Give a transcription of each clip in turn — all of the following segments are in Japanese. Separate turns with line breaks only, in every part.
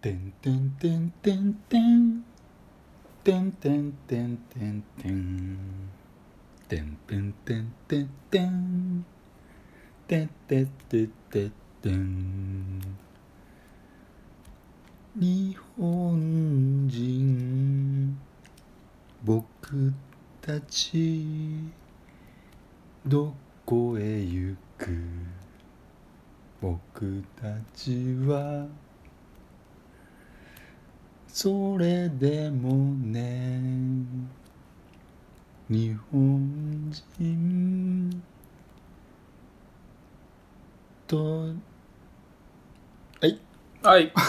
てんてんてんてんてんてんてんてんてんてんてんてんてんてんてんてんてんてんてんてん日本人僕たちどこへ行く僕たちはそれでもね日本人とはい
はい大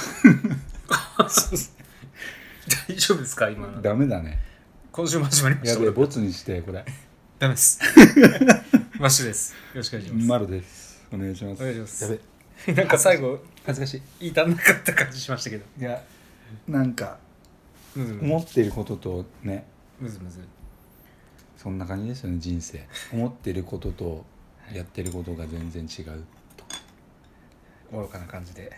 丈夫ですか今の
ダメだね
今週も始まりま
や
した
べえボツにしてこれ
ダメです マッシュですよろしくお願いします、
マロですお願いします
お願いします
やべえ
なんか最後
恥ずかし
言い足んなかった感じしましたけど
いいやなんか
むずむず
思っていることとね
むずむず
そんな感じですよね人生思ってることとやってることが全然違う
愚かな感 じで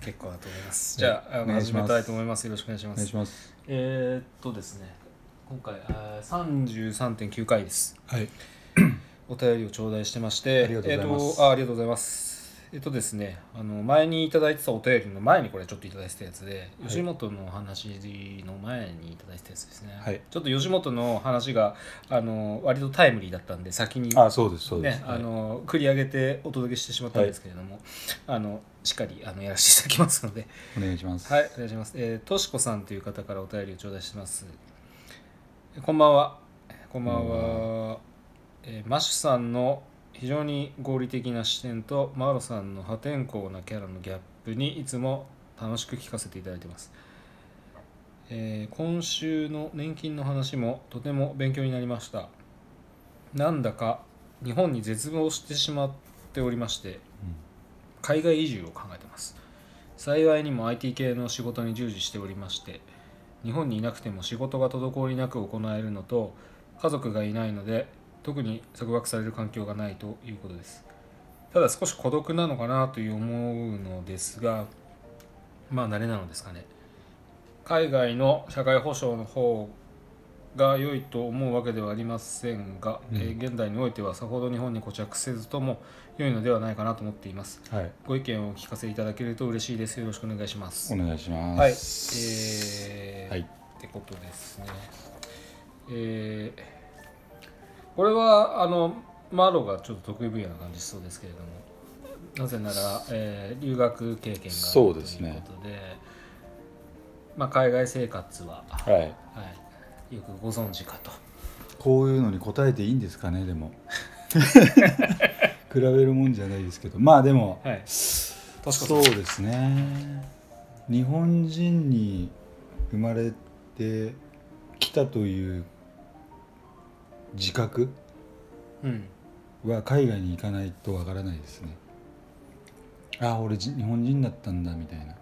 結構だと思います
はい
じゃああ
お
の
願い
始
します
めたいと思いますよろしくお願いし
お
ま
願い
す
します
えー、っとですね今回あー33.9回です
はい
お便りを頂戴してまして
ありがとうございます
えっとあありがとうございますえっとですねあの前にいただいてたお便りの前にこれちょっといただいてたやつで、
はい
吉本のお話の前にいただいてたやつですね、
はい
ちょっと吉本の話があの割とタイムリーだったんで先に
あそうですそうです、
ね、
はい
あの繰り上げてお届けしてしまったんですけれども、あのしっかりあのやらせていただきますので
お願いします
はい、お願いします。えー、としこさんという方からお便りを頂戴してます。えーこんばんは。こんばんは。えーマッシュさんの非常に合理的な視点と、マーロさんの破天荒なキャラのギャップにいつも楽しく聞かせていただいてます。えー今週の年金の話もとても勉強になりました。なんだか日本に絶望してしまっておりまして、海外移住を考えてます幸いにも IT 系の仕事に従事しておりまして日本にいなくても仕事が滞りなく行えるのと家族がいないので特に束縛される環境がないということですただ少し孤独なのかなという思うのですがまあ慣れなのですかね海外の社会保障の方が良いと思うわけではありませんが、
うん
えー現代においてはさほど日本に固着せずとも良いのではないかなと思っています
うんはい
ご意見をお聞かせいただけると嬉しいです。よろしくお願いします。
お願いします
はい。えー
はい
ってことですね。えーこれはあのマロがちょっと得意分野な感じしそうですけれども、なぜなら、えー留学経験がある
そうですね
ということで、まあ海外生活は、は
はい
い、よくご存知かと。
こういうのに答えていいんですかねで も比べるもんじゃないですけどまあでも、
はい。としこさ
そ
ん
うですね日本人に生まれてきたという自覚
うん。
は海外に行かないとわからないですねああ俺じ日本人だったんだみたいな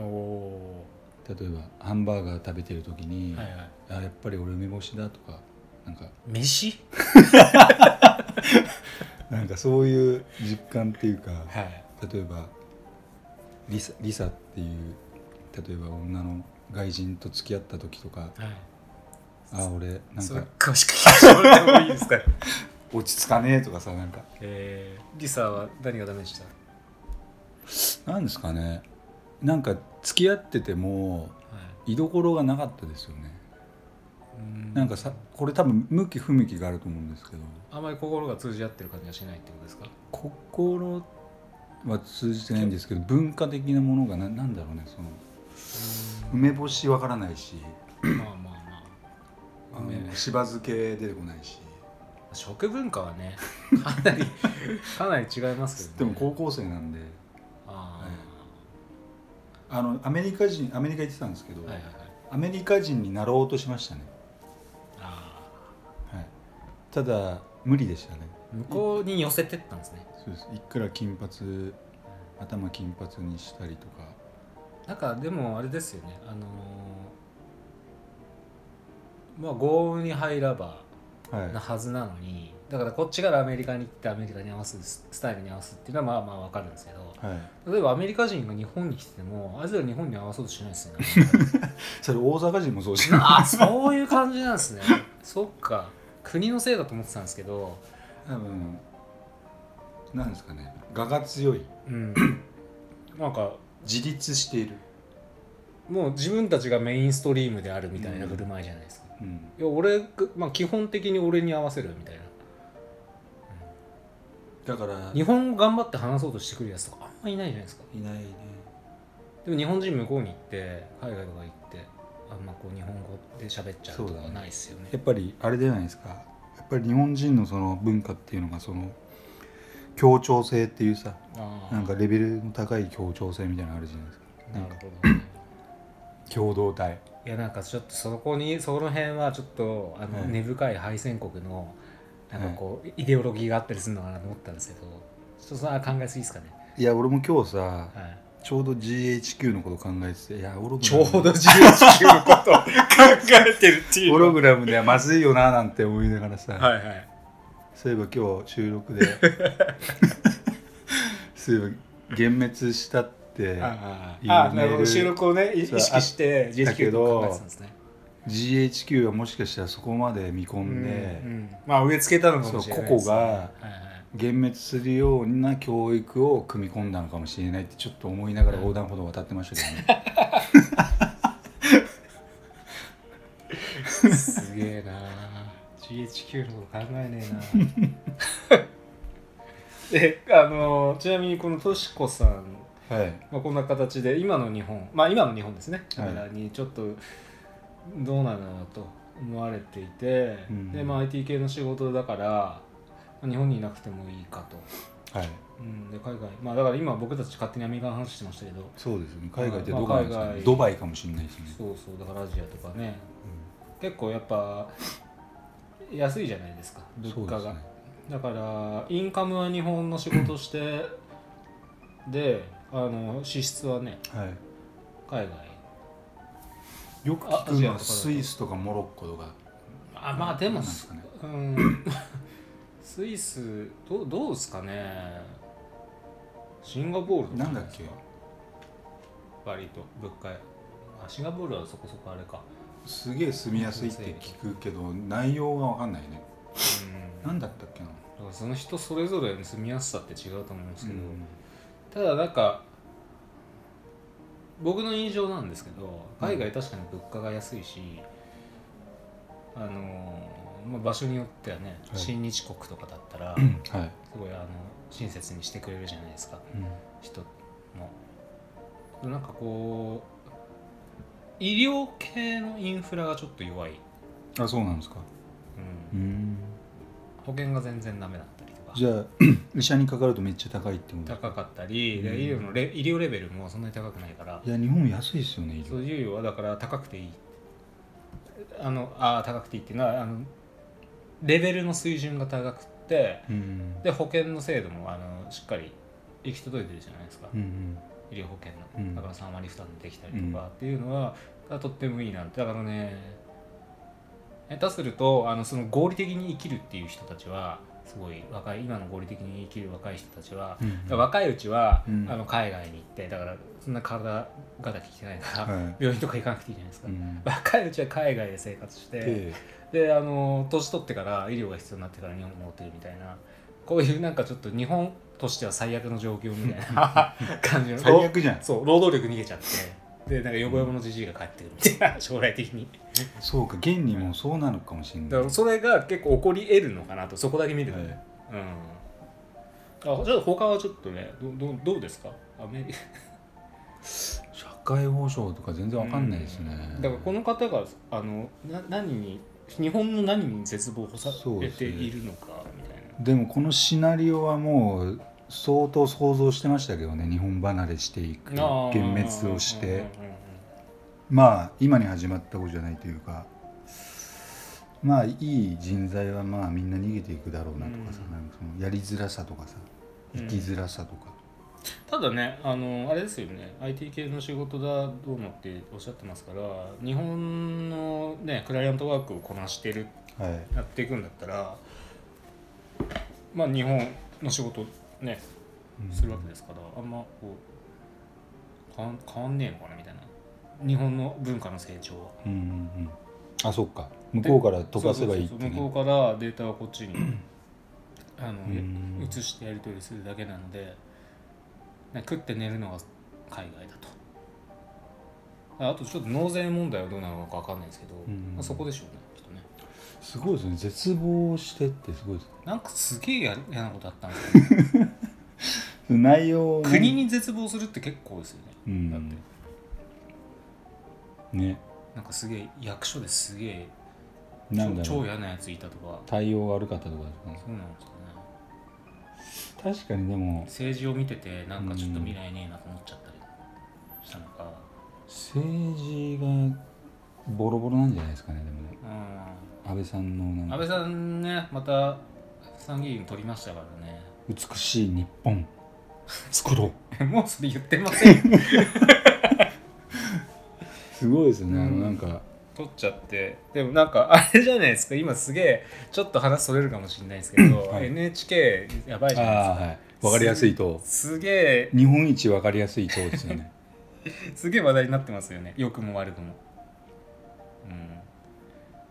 おお
例えばハンバーガー食べてる時に、
ー。はいはい。
あやっぱり俺梅干しだとかなんか
飯？
なんかそういう実感っていうか
はい。
例えばリサリサっていう例えば女の外人と付き合った時とか
はい。
あ俺なん
それ
か
詳しく聞いてもらってもいいですか
落ち着かねえとかさなんか
えー、リサは何がダメでした
なんですかねなんか付き合ってても
は
居所がなかったですよね
い
なんかさこれ多分向き不向きがあると思うんですけど
あまり心が通じ合ってる感じがしないってことですか
心は通じてないんですけど文化的なものがななんだろうねその梅干しわからないし
まあまあま
あ
あ梅
のしば漬け出てこないし
食文化はね かなりかなり違いますけ
で
ど、
も
ね、
高校生なんで
あ
あのアメリカ人アメリカ行ってたんですけど、
ーはいはいはい
アメリカ人になろうとしましたね、
あ
はい、ただ無理でしたね
ー向こうに寄せてったんですね
そうですいくら金髪頭金髪にしたりとか
なんかでもあれですよねあのーまあ豪雨に入らば
はい
なはずなのにだからこっちからアメリカに行ってアメリカに合わすススタイルに合わすっていうのはまあまあわかるんですけど
はい
例えばアメリカ人が日本に来ててもあいつら日本に合わそうとしないですよね
それ大阪人もそうし
あそういう感じなんですねそっか国のせいだと思ってたんですけど
多分なんですかね我が強い
うんなんか
自立している、
もう自分たちがメインストリームであるみたいな振る舞いじゃないですか、
うん、
いや俺が、まあ、基本的に俺に合わせるみたいな
だから
日本語頑張って話そうとしてくるやつとかあんまいないじゃないですか
いないね
でも日本人向こうに行って海外とか行ってあんまこう日本語で喋っちゃうとかはないですよね
やっぱりあれじゃないですかやっぱり日本人のその文化っていうのがその協調性っていうさ
ああ
なんかレベルの高い協調性みたいなのあるじゃないですか
なるほどね
共同体
いやなんかちょっとそこにその辺はちょっとあの
はい
根深い敗戦国のなんかこう、イデオロギーがあったりするのかなと思ったんですけどちょっとそれは考えすぎですかね、
いや俺も今日さ
はい、
ちょうど GHQ のこと考えてていやオログ
ち
ラ
ょ
ム
う ど GHQ のことを考えてる っていう
オログラムではまずいよななんて思いながらさ、
はいはい
そういえば今日収 録でそういえば幻滅したって
あ
い
あ
う
ああなるほ
メール
ど収録をねい意
そう
識して
あったけ
GHQ
ど
を考えてたんですね
GHQ はもしかしたらそこまで見込んで、
うんうんまあ植え付けたのかもしれないです
そ
ね
う個々が
はいはい
幻滅するような教育を組み込んだのかもしれないってちょっと思いながら横断歩道を渡ってましたけどね。
すげえな GHQ のこと考えね えなであのちなみにこのとしこさん、
はい、
まあ、こんな形で今の日本まあ今の日本ですね
は
だ
い
からにちょっとどうなのと思われていて、
うん
で、まあ、IT 系の仕事だから日本にいなくてもいいかと、
はい、
うん、で海外まあだから今僕たち勝手にアメリカの話してましたけど
そうですね海外ってどこなんですかね、
まあ海外
ドバイかもしれないですね。
そうそうだからアジアとかね結構やっぱ安いじゃないですか
うん
物価
そう
が、
ですね
だからインカムは日本の仕事してであの支出はね
はい
海外
よく聞くのはスイスとかモロッコとか
あまあでも
なんですかね
うんスイスどうどうですかねシンガポールとか
なんだっけ
割と物価あシンガポールはそこそこあれか
すげえ住みやすいって聞くけど内容がわかんないね
うん
なんだったっけな、
だからその人それぞれの住みやすさって違うと思うんですけど、
うん
ただなんか僕の印象なんですけど海外確かに物価が安いし、あのーまあ、場所によってはね、
はい
親日国とかだったら、
はい、
すごいあの親切にしてくれるじゃないですか人もなんかこう医療系のインフラがちょっと弱い、うん
あそうなんですかうん
保険が全然ダメだったりとか
じゃあ 医者にかかるとめっちゃ高いってこと
高かったり、
うん
で医療のレ医療レベルもそんなに高くないから
いや日本安いですよね医
そ
療
う猶予はだから高くていいあのあー高くていいっていうのはあのレベルの水準が高くて
うん
で保険の制度もあのしっかり行き届いてるじゃないですか、
うん
医療保険
うん
のだから3割負担できたりとかっていうのは、あとってもいいなってだからね下手するとあのその合理的に生きるっていう人たちはすごい若い今の合理的に生きる若い人たちは、
うん
だから若いうちは、
うん
あの海外に行ってだからそんな体がだけきてないから、
は
病院とか行かなくていいじゃないです
い
か、
うん
若いうちは海外で生活して、
で
であの年取ってから医療が必要になってから日本に戻ってるみたいなこういうなんかちょっと日本としては最悪の状況みたい な感じの
最悪じゃん
そう労働力逃げちゃってでなんかヨボヨボのじじいが帰ってくるみた いな将来的に
そうか現にもうそうなのかもしれ
だ
な
か
い
らそれが結構起こり得るのかなとそこだけ見ると、
はい
うんあちょっと他はちょっとねどどどうですかアメリカ
社会保障とか全然わかんないですね
だからこの方があのな何に日本の何に絶望をさ
そう
れ
です
て
ね
いるのかみたいな
でもこのシナリオはもう相当想像してましたけどね日本離れしていく幻滅をしてまあ今に始まったことじゃないというかまあいい人材はまあみんな逃げていくだろうなとかさ、
うん
なんかそのやりづらさとかさ生きづらさとか、
ただねあのあれですよね IT 系の仕事だどうのっておっしゃってますから日本のねクライアントワークをこなしてる
はい
やっていくんだったらまあ日本の仕事ね
うん
するわけですからあんまこう変わん変わんねえのかなみたいな日本の文化の成長は
うんうんうんあそっか向こうから溶かせばいいって
そう
ね
そうそう向こうからデータをこっ ちにあの
うん
移してやり取りするだけなのでなんか食って寝るのが海外だとああとちょっと納税問題はどうなのか分かんないですけど、
ん
まあ、そこでしょうねきっとね
すごいですね絶望してってすごいです
なんかすげえや嫌なことあったんですよ
内容ね
国に絶望するって結構ですよね、
うん
だって
ね
なんかすげえ役所ですげえ
なんだ
超
ろ
超
う
嫌なやついたとか
対応悪かったとかですかね
そうなんですかね
確かにでも
政治を見ててなんかちょっと未来ねえなと思っちゃったりしたのか、
政治がボロボロなんじゃないですかねでもね
う
安倍さんの
ん、
なんか
安倍さんねまた参議院取りましたからね
美しい日本作ろう
もうそれ言ってませんよ
すごいですよね、あの
うん
なんか
取っちゃってでもなんかあれじゃないですか今すげえちょっと話それるかもしれないですけ ど、
はい
NHK やばいじゃないですか
ああわかりやすいと
すげえ
日本一わかりやすいとですよね
すげえ話題になってますよね良くも悪くもうん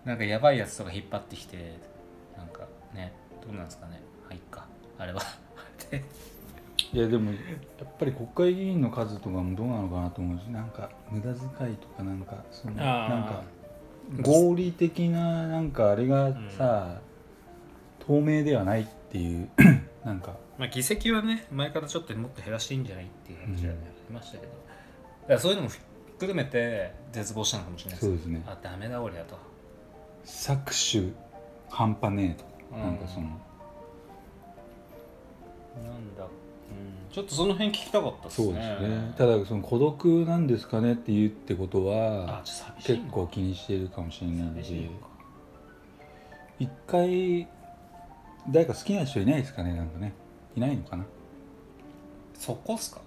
なんかやばいやつとか引っ張ってきてなんかねどうなんですかねはいっかあれはで
いやでもやっぱり国会議員の数とかもどうなのかなと思うしなんか無駄遣いとかなんかその
ああ
なんか合理的ななんかあれがさ、透明ではないっていう なんか
まあ、議席はね前からちょっともっと減らしていいんじゃないっていう話は
うん
ありましたけど、だからそういうのも含めて絶望したのかもしれない
そうですね
あダメだ俺だと
搾取半端ねえとか、
うん
なんかその
なんだ、うん、ちょっとその辺聞きたかったですね
そうですねただその孤独なんですかねって言うってこと
あ
は
ちょっと寂しい
結構気にしてるかもしれない
寂しい
し
のか
一回誰か好きな人いないですかねなんかねいないのかな
そこっすか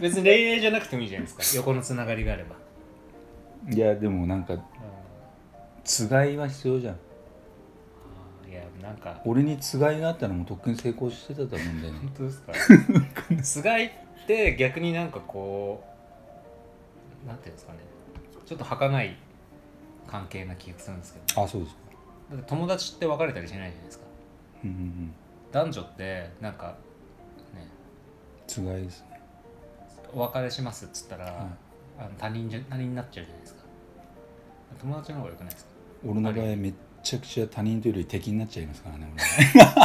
別に恋愛じゃなくてもいいじゃないです か横のつながりがあれば、
いやでもなんかつがいは必要じゃん
うんいやなんか
俺につがいがあったらもうとっくに成功してたと思うんだよね
本当ですか菅井って逆になんかこうなんていうんですかねちょっと儚い関係な気がするんですけど
あそうですか
だって友達って別れたりしないじゃないですか
うんうんうん
男女ってなんかね
つがいですね
お別れしますっつったら、
は
あの他人じゃ他人になっちゃうじゃないですか友達の方が良くないです か
俺の場合めっちゃくちゃ他人というより敵になっちゃいますからね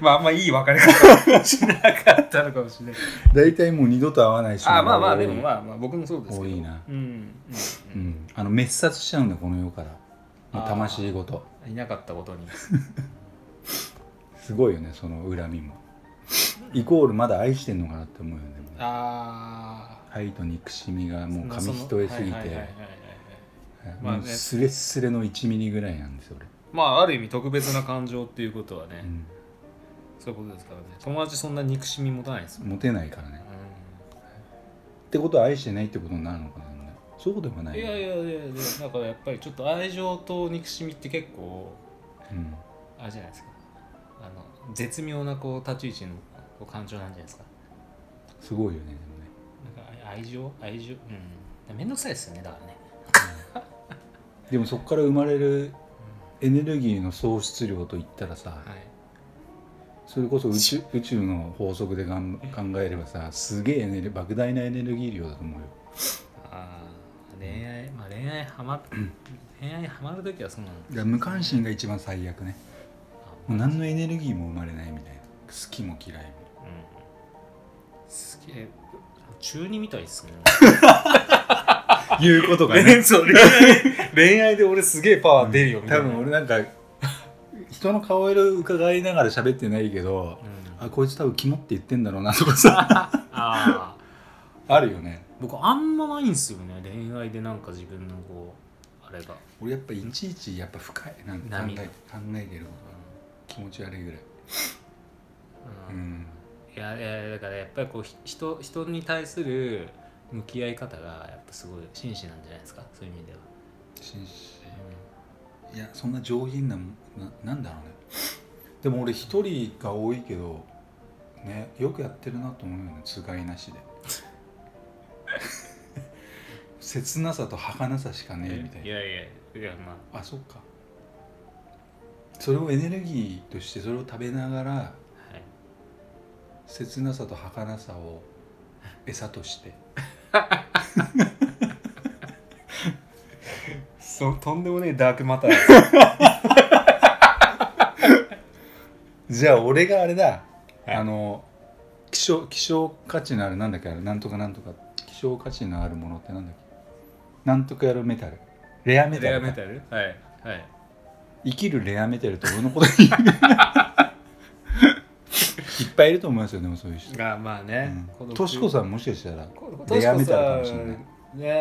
まああんまいい別れ方しなかったのかもしれない
俺大体もう二度と会わない人
あまあまあでも
あ
まあまあ僕もそうですけど
多いな
うん、
う
うん
ん、あの滅殺しちゃうんだこの世からもう魂ごと
うん、いなかったことに
すごいよねその恨みも イコールまだ愛してんのかなって思うよね
あ
愛と憎しみが
あ
もう紙一重すぎてはい
まあね
もうスレッスレの1ミリぐらいなんですよ
まあある意味特別な感情っていうことはね、
俺、うん、
そういうことですからね友達そんな憎しみ持たないですもん、
モテないからねってことは愛してないってことになるのかなそうでもない
い
よね
やいやいやいやだからやっぱりちょっと愛情と憎しみって結構
うん、
あれじゃないですかあの絶妙なこう立ち位置のこう感情なんじゃないですか
すごいよね
なんか愛情愛情うんめんどくさいですよねだからね
でもねでもそこから生まれるエネルギーの喪失量といったらさ
はい
それこそ宇宙宇宙の法則でがん考えればさすげえエネル莫大なエネルギー量だと思うよ
あー恋愛まあ恋愛ハマ恋愛ハマるときはそうなの
だから無関心が一番最悪ねもう何のエネルギーも生まれないみたいな好きも嫌いも
うんすげえ中二みたいですね
いうことが ね
恋 そう恋愛恋愛で俺すげえパワー出るよみたい
多
な、
分俺なんか人の顔色伺いながら喋ってないけど
うん
あこいつ多分肝って言ってんだろうなとか さ
あー
あるよね
僕あんまないんすよね恋愛でなんか自分のこうあれが、
俺やっぱいちいちやっぱ深いなんか考
波
え考えてる気持ち悪いぐらい、う
う
んん、
えいやいやだからやっぱりこうひ人人に対する向き合い方がやっぱすごい紳士なんじゃないですかそういう意味では、
紳士いやそんな上品なもななんだろうねでも俺一人が多いけどねよくやってるなと思うよねつがいなしで切なさと儚さしかねえみたい
い
な
やいやいやまあ
あそっかそれをエネルギーとしてそれを食べながら
はい
切なさと儚さを餌として
そとんでもねえダークマター
じゃあ俺があれだ、
はい
あの希少希少価値のあるなんだっけあれなんとかなんとか希少価値のあるものってなんだっけなんとかやるメタルレアメタ
レア
ルか
メタルはいはい
生きるレアメタルと俺のこと にいっぱいいると思いますよでもそういう人
がまあね
うんとしこさんもしかしたら
レ
レ
ア
ア
メ
メ
タ
タルか
ルかも
も
し
し
れ
れ
な
ないい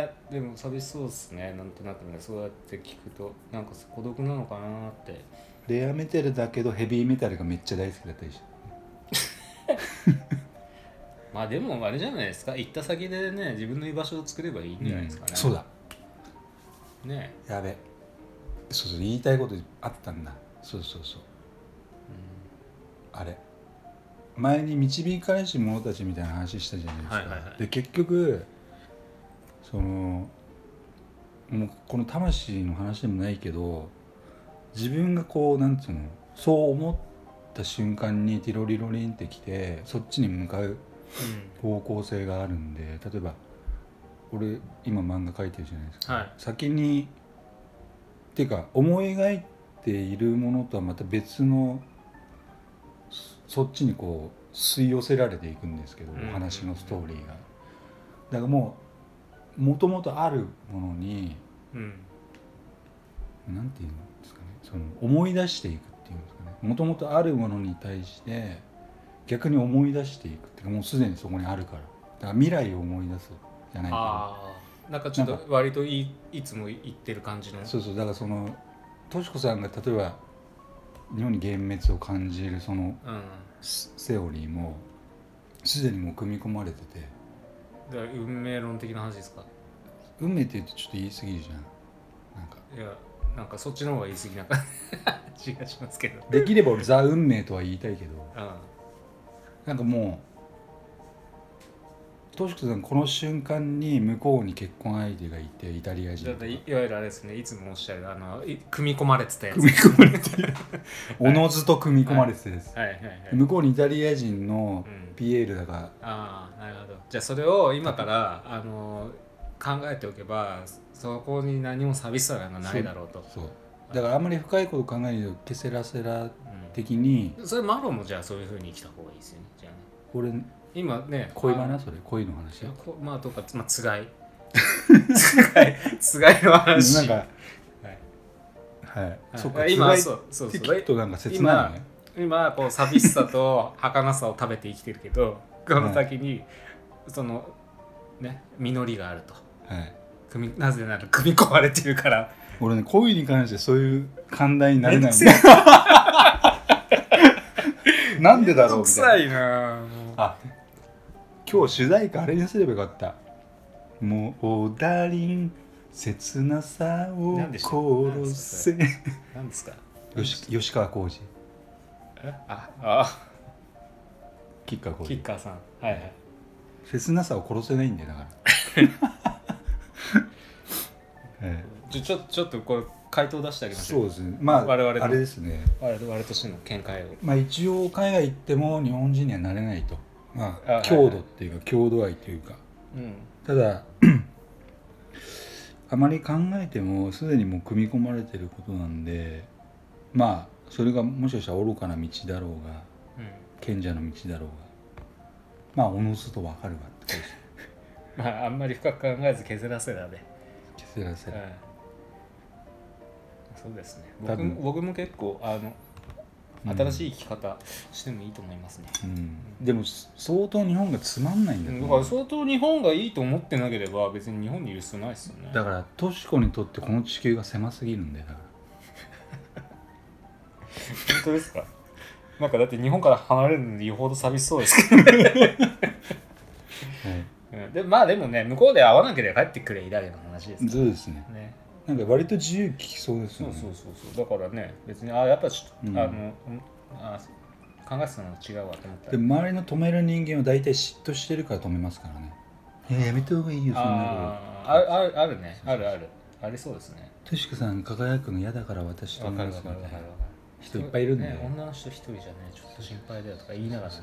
ねでも寂しそうですねなんとなくねそうやって聞くとなんか孤独なのかなって
レアメタルだけどヘビーメタルがめっちゃ大好きだったりして
まあでもあれじゃないですか行った先でね自分の居場所を作ればいいんじゃないですかね、
そうだ
ね
やべそうそう言いたいことあったんだそうそうそうあれ前に導かれし者たちみたいな話したじゃないですか、
はいはいはい
で結局そのもうこの魂の話でもないけど自分がこうなんつうのそう思った瞬間にティロリロリンってきてそっちに向かう
う
方向性があるんで例えば俺今漫画描いてるじゃないですか、
はい
先にっていうか思い描いているものとはまた別のそそっちにこう吸い寄せられていくんですけど、
うん
お話のストーリーが。だからもうもともとあるものに
んうん
なんていうんですかねその思い出していくっていうんですかねもともとあるものに対して逆に思い出していくっていうかもうすでにそこにあるからだから未来を思い出すじゃないけど
ああなんかちょっ
なん
と割といいいつも言ってる感じの
そうそうだからそのとし子さんが例えば日本に幻滅を感じるその
うん
セセオリーもすでにもう組み込まれてて
だから運命論的な話ですか
運命って言うとちょっと言い過ぎるじゃんなんか
いやなんかそっ ちの方が言い過ぎな感じがしますけど
できれば俺ザ運命とは言いたいけど
うんは
なんかもう、としくさん、この瞬間に向こうに結婚相手がいて、イタリア
い
人
だ
と
っ
か
ていいわゆるあれですねいつもおっしゃるあのい組み込まれてたやつ
組み込まれてる、おのずと組み込まれてです、
はいはいはい、
向こうにイタリア人の
うん
ピエールだが、
ああなるほどじゃあそれを今からあの考えておけばそこに何も寂しさがないだろうと
そうだからあんまり深いこと考えないでケセラセラ
う
的に
ん、それマロもじゃあそういうふうに生きた方がいいですよねじゃあね
これ
今ね
恋バ
あ
ナそれ恋の話
いやこまあとかまあつがいつが いつがいの話
なんか
はい
はい、
はい
そっか
今
辛い
そうそう
って
そ
聞
う
くとなんか切ないよね
今こう寂しさと儚さを食べて生きてるけ どこの先に、そのね実りがあると
はい
組みなぜなら組み込まれてるから
俺ね恋に関してそういう寛大になれない
めんどく
の
せえ
なんでだろう
めんど
み
く
たいな
さいなもう
あ今日主題歌あれにすればよかった「もうダーリン切なさを
何でした
殺せ
何」何ですか
吉吉川浩司
えああ
吉川浩
キ
司
ッカーさんはいはい
切なさを殺せないんだよだから え
ちょちょちょっとこれ回答出してあ
え
げましょ
そう
う
ですねまあ
我々の
あれですね
我々としての見解を
まあ一応海外行っても日本人にはなれないとま
あはいは
あ
い
郷土っていうか郷土愛というか
うん
ただ あまり考えてもすでにもう組み込まれてることなんでまあそれがもしかしたら愚かな道だろうが
うん
賢者の道だろうがまあおのずとわかるわってことですよ
まああんまり深く考えず削らせだね
削らせる
はいそうですね
多
僕
分
も僕も結構あの
うん
新しい生き方してもいいと思いますね、
うん、でもす相当日本がつまんないんだ
うん
と
だ
思
か
う
ら相当日本がいいと思ってなければ別に日本にいる必要ないですよね
だからとしこにとってこの地球が狭すぎるんだよだから
本当ですかなんかだって日本から離れるのによほど寂しそうですけどうんでまあでもね向こうで会わなければ帰ってくれいだけの話ですか
そうですね
らね
なんか割と自由聞きそうです
そ
よ
う
ね
そうそうそうだからね別にあやっぱちょっと、
うん
あのうんあ考えてたのと違うわと思った
でも周りの止める人間は大体嫉妬してるから止めますからねえーやめた方がいいよそんな
あーあるあるあるねあるあるありそうですね
こととしかさん輝くの嫌だから私止
わ
め
かる
ま
わ
す
か
み
るわ
た
か
い
るわ
な
かる
人いっぱいいるんだよ
ね女の人一人じゃねちょっと心配だよとか言いながらね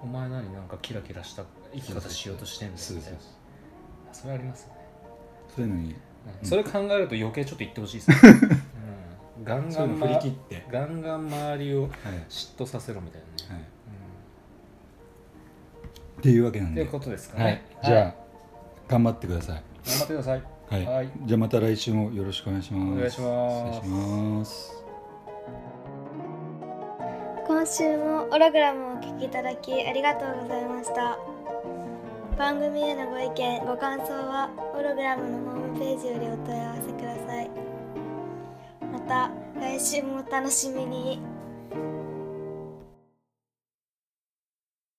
お前何なんかキラキラした生き方しようとしてんだよ
そう
み
そう
た
そ
いうなあそれありますね
そういうのに
うんそれ考えると余計ちょっと言ってほしい ですねうんガン
そ
ガ
ういう
ン
の
ま
振り切っては
ガンガン周りを
い、は
嫉妬させろみたいなね、
い、
う
っていうわけなんん
とい
で
うことですかね、
はい、じゃあ頑張ってください
あ頑張ってください
はい、
はい
じゃあまた来週もよろしくお願いします
お願いしま
失
す
礼します
今週もオログラムをお聞きいただきありがとうございました番組へのご意見ご感想はオログラムのホームページよりお問い合わせくださいまた来週もお楽しみに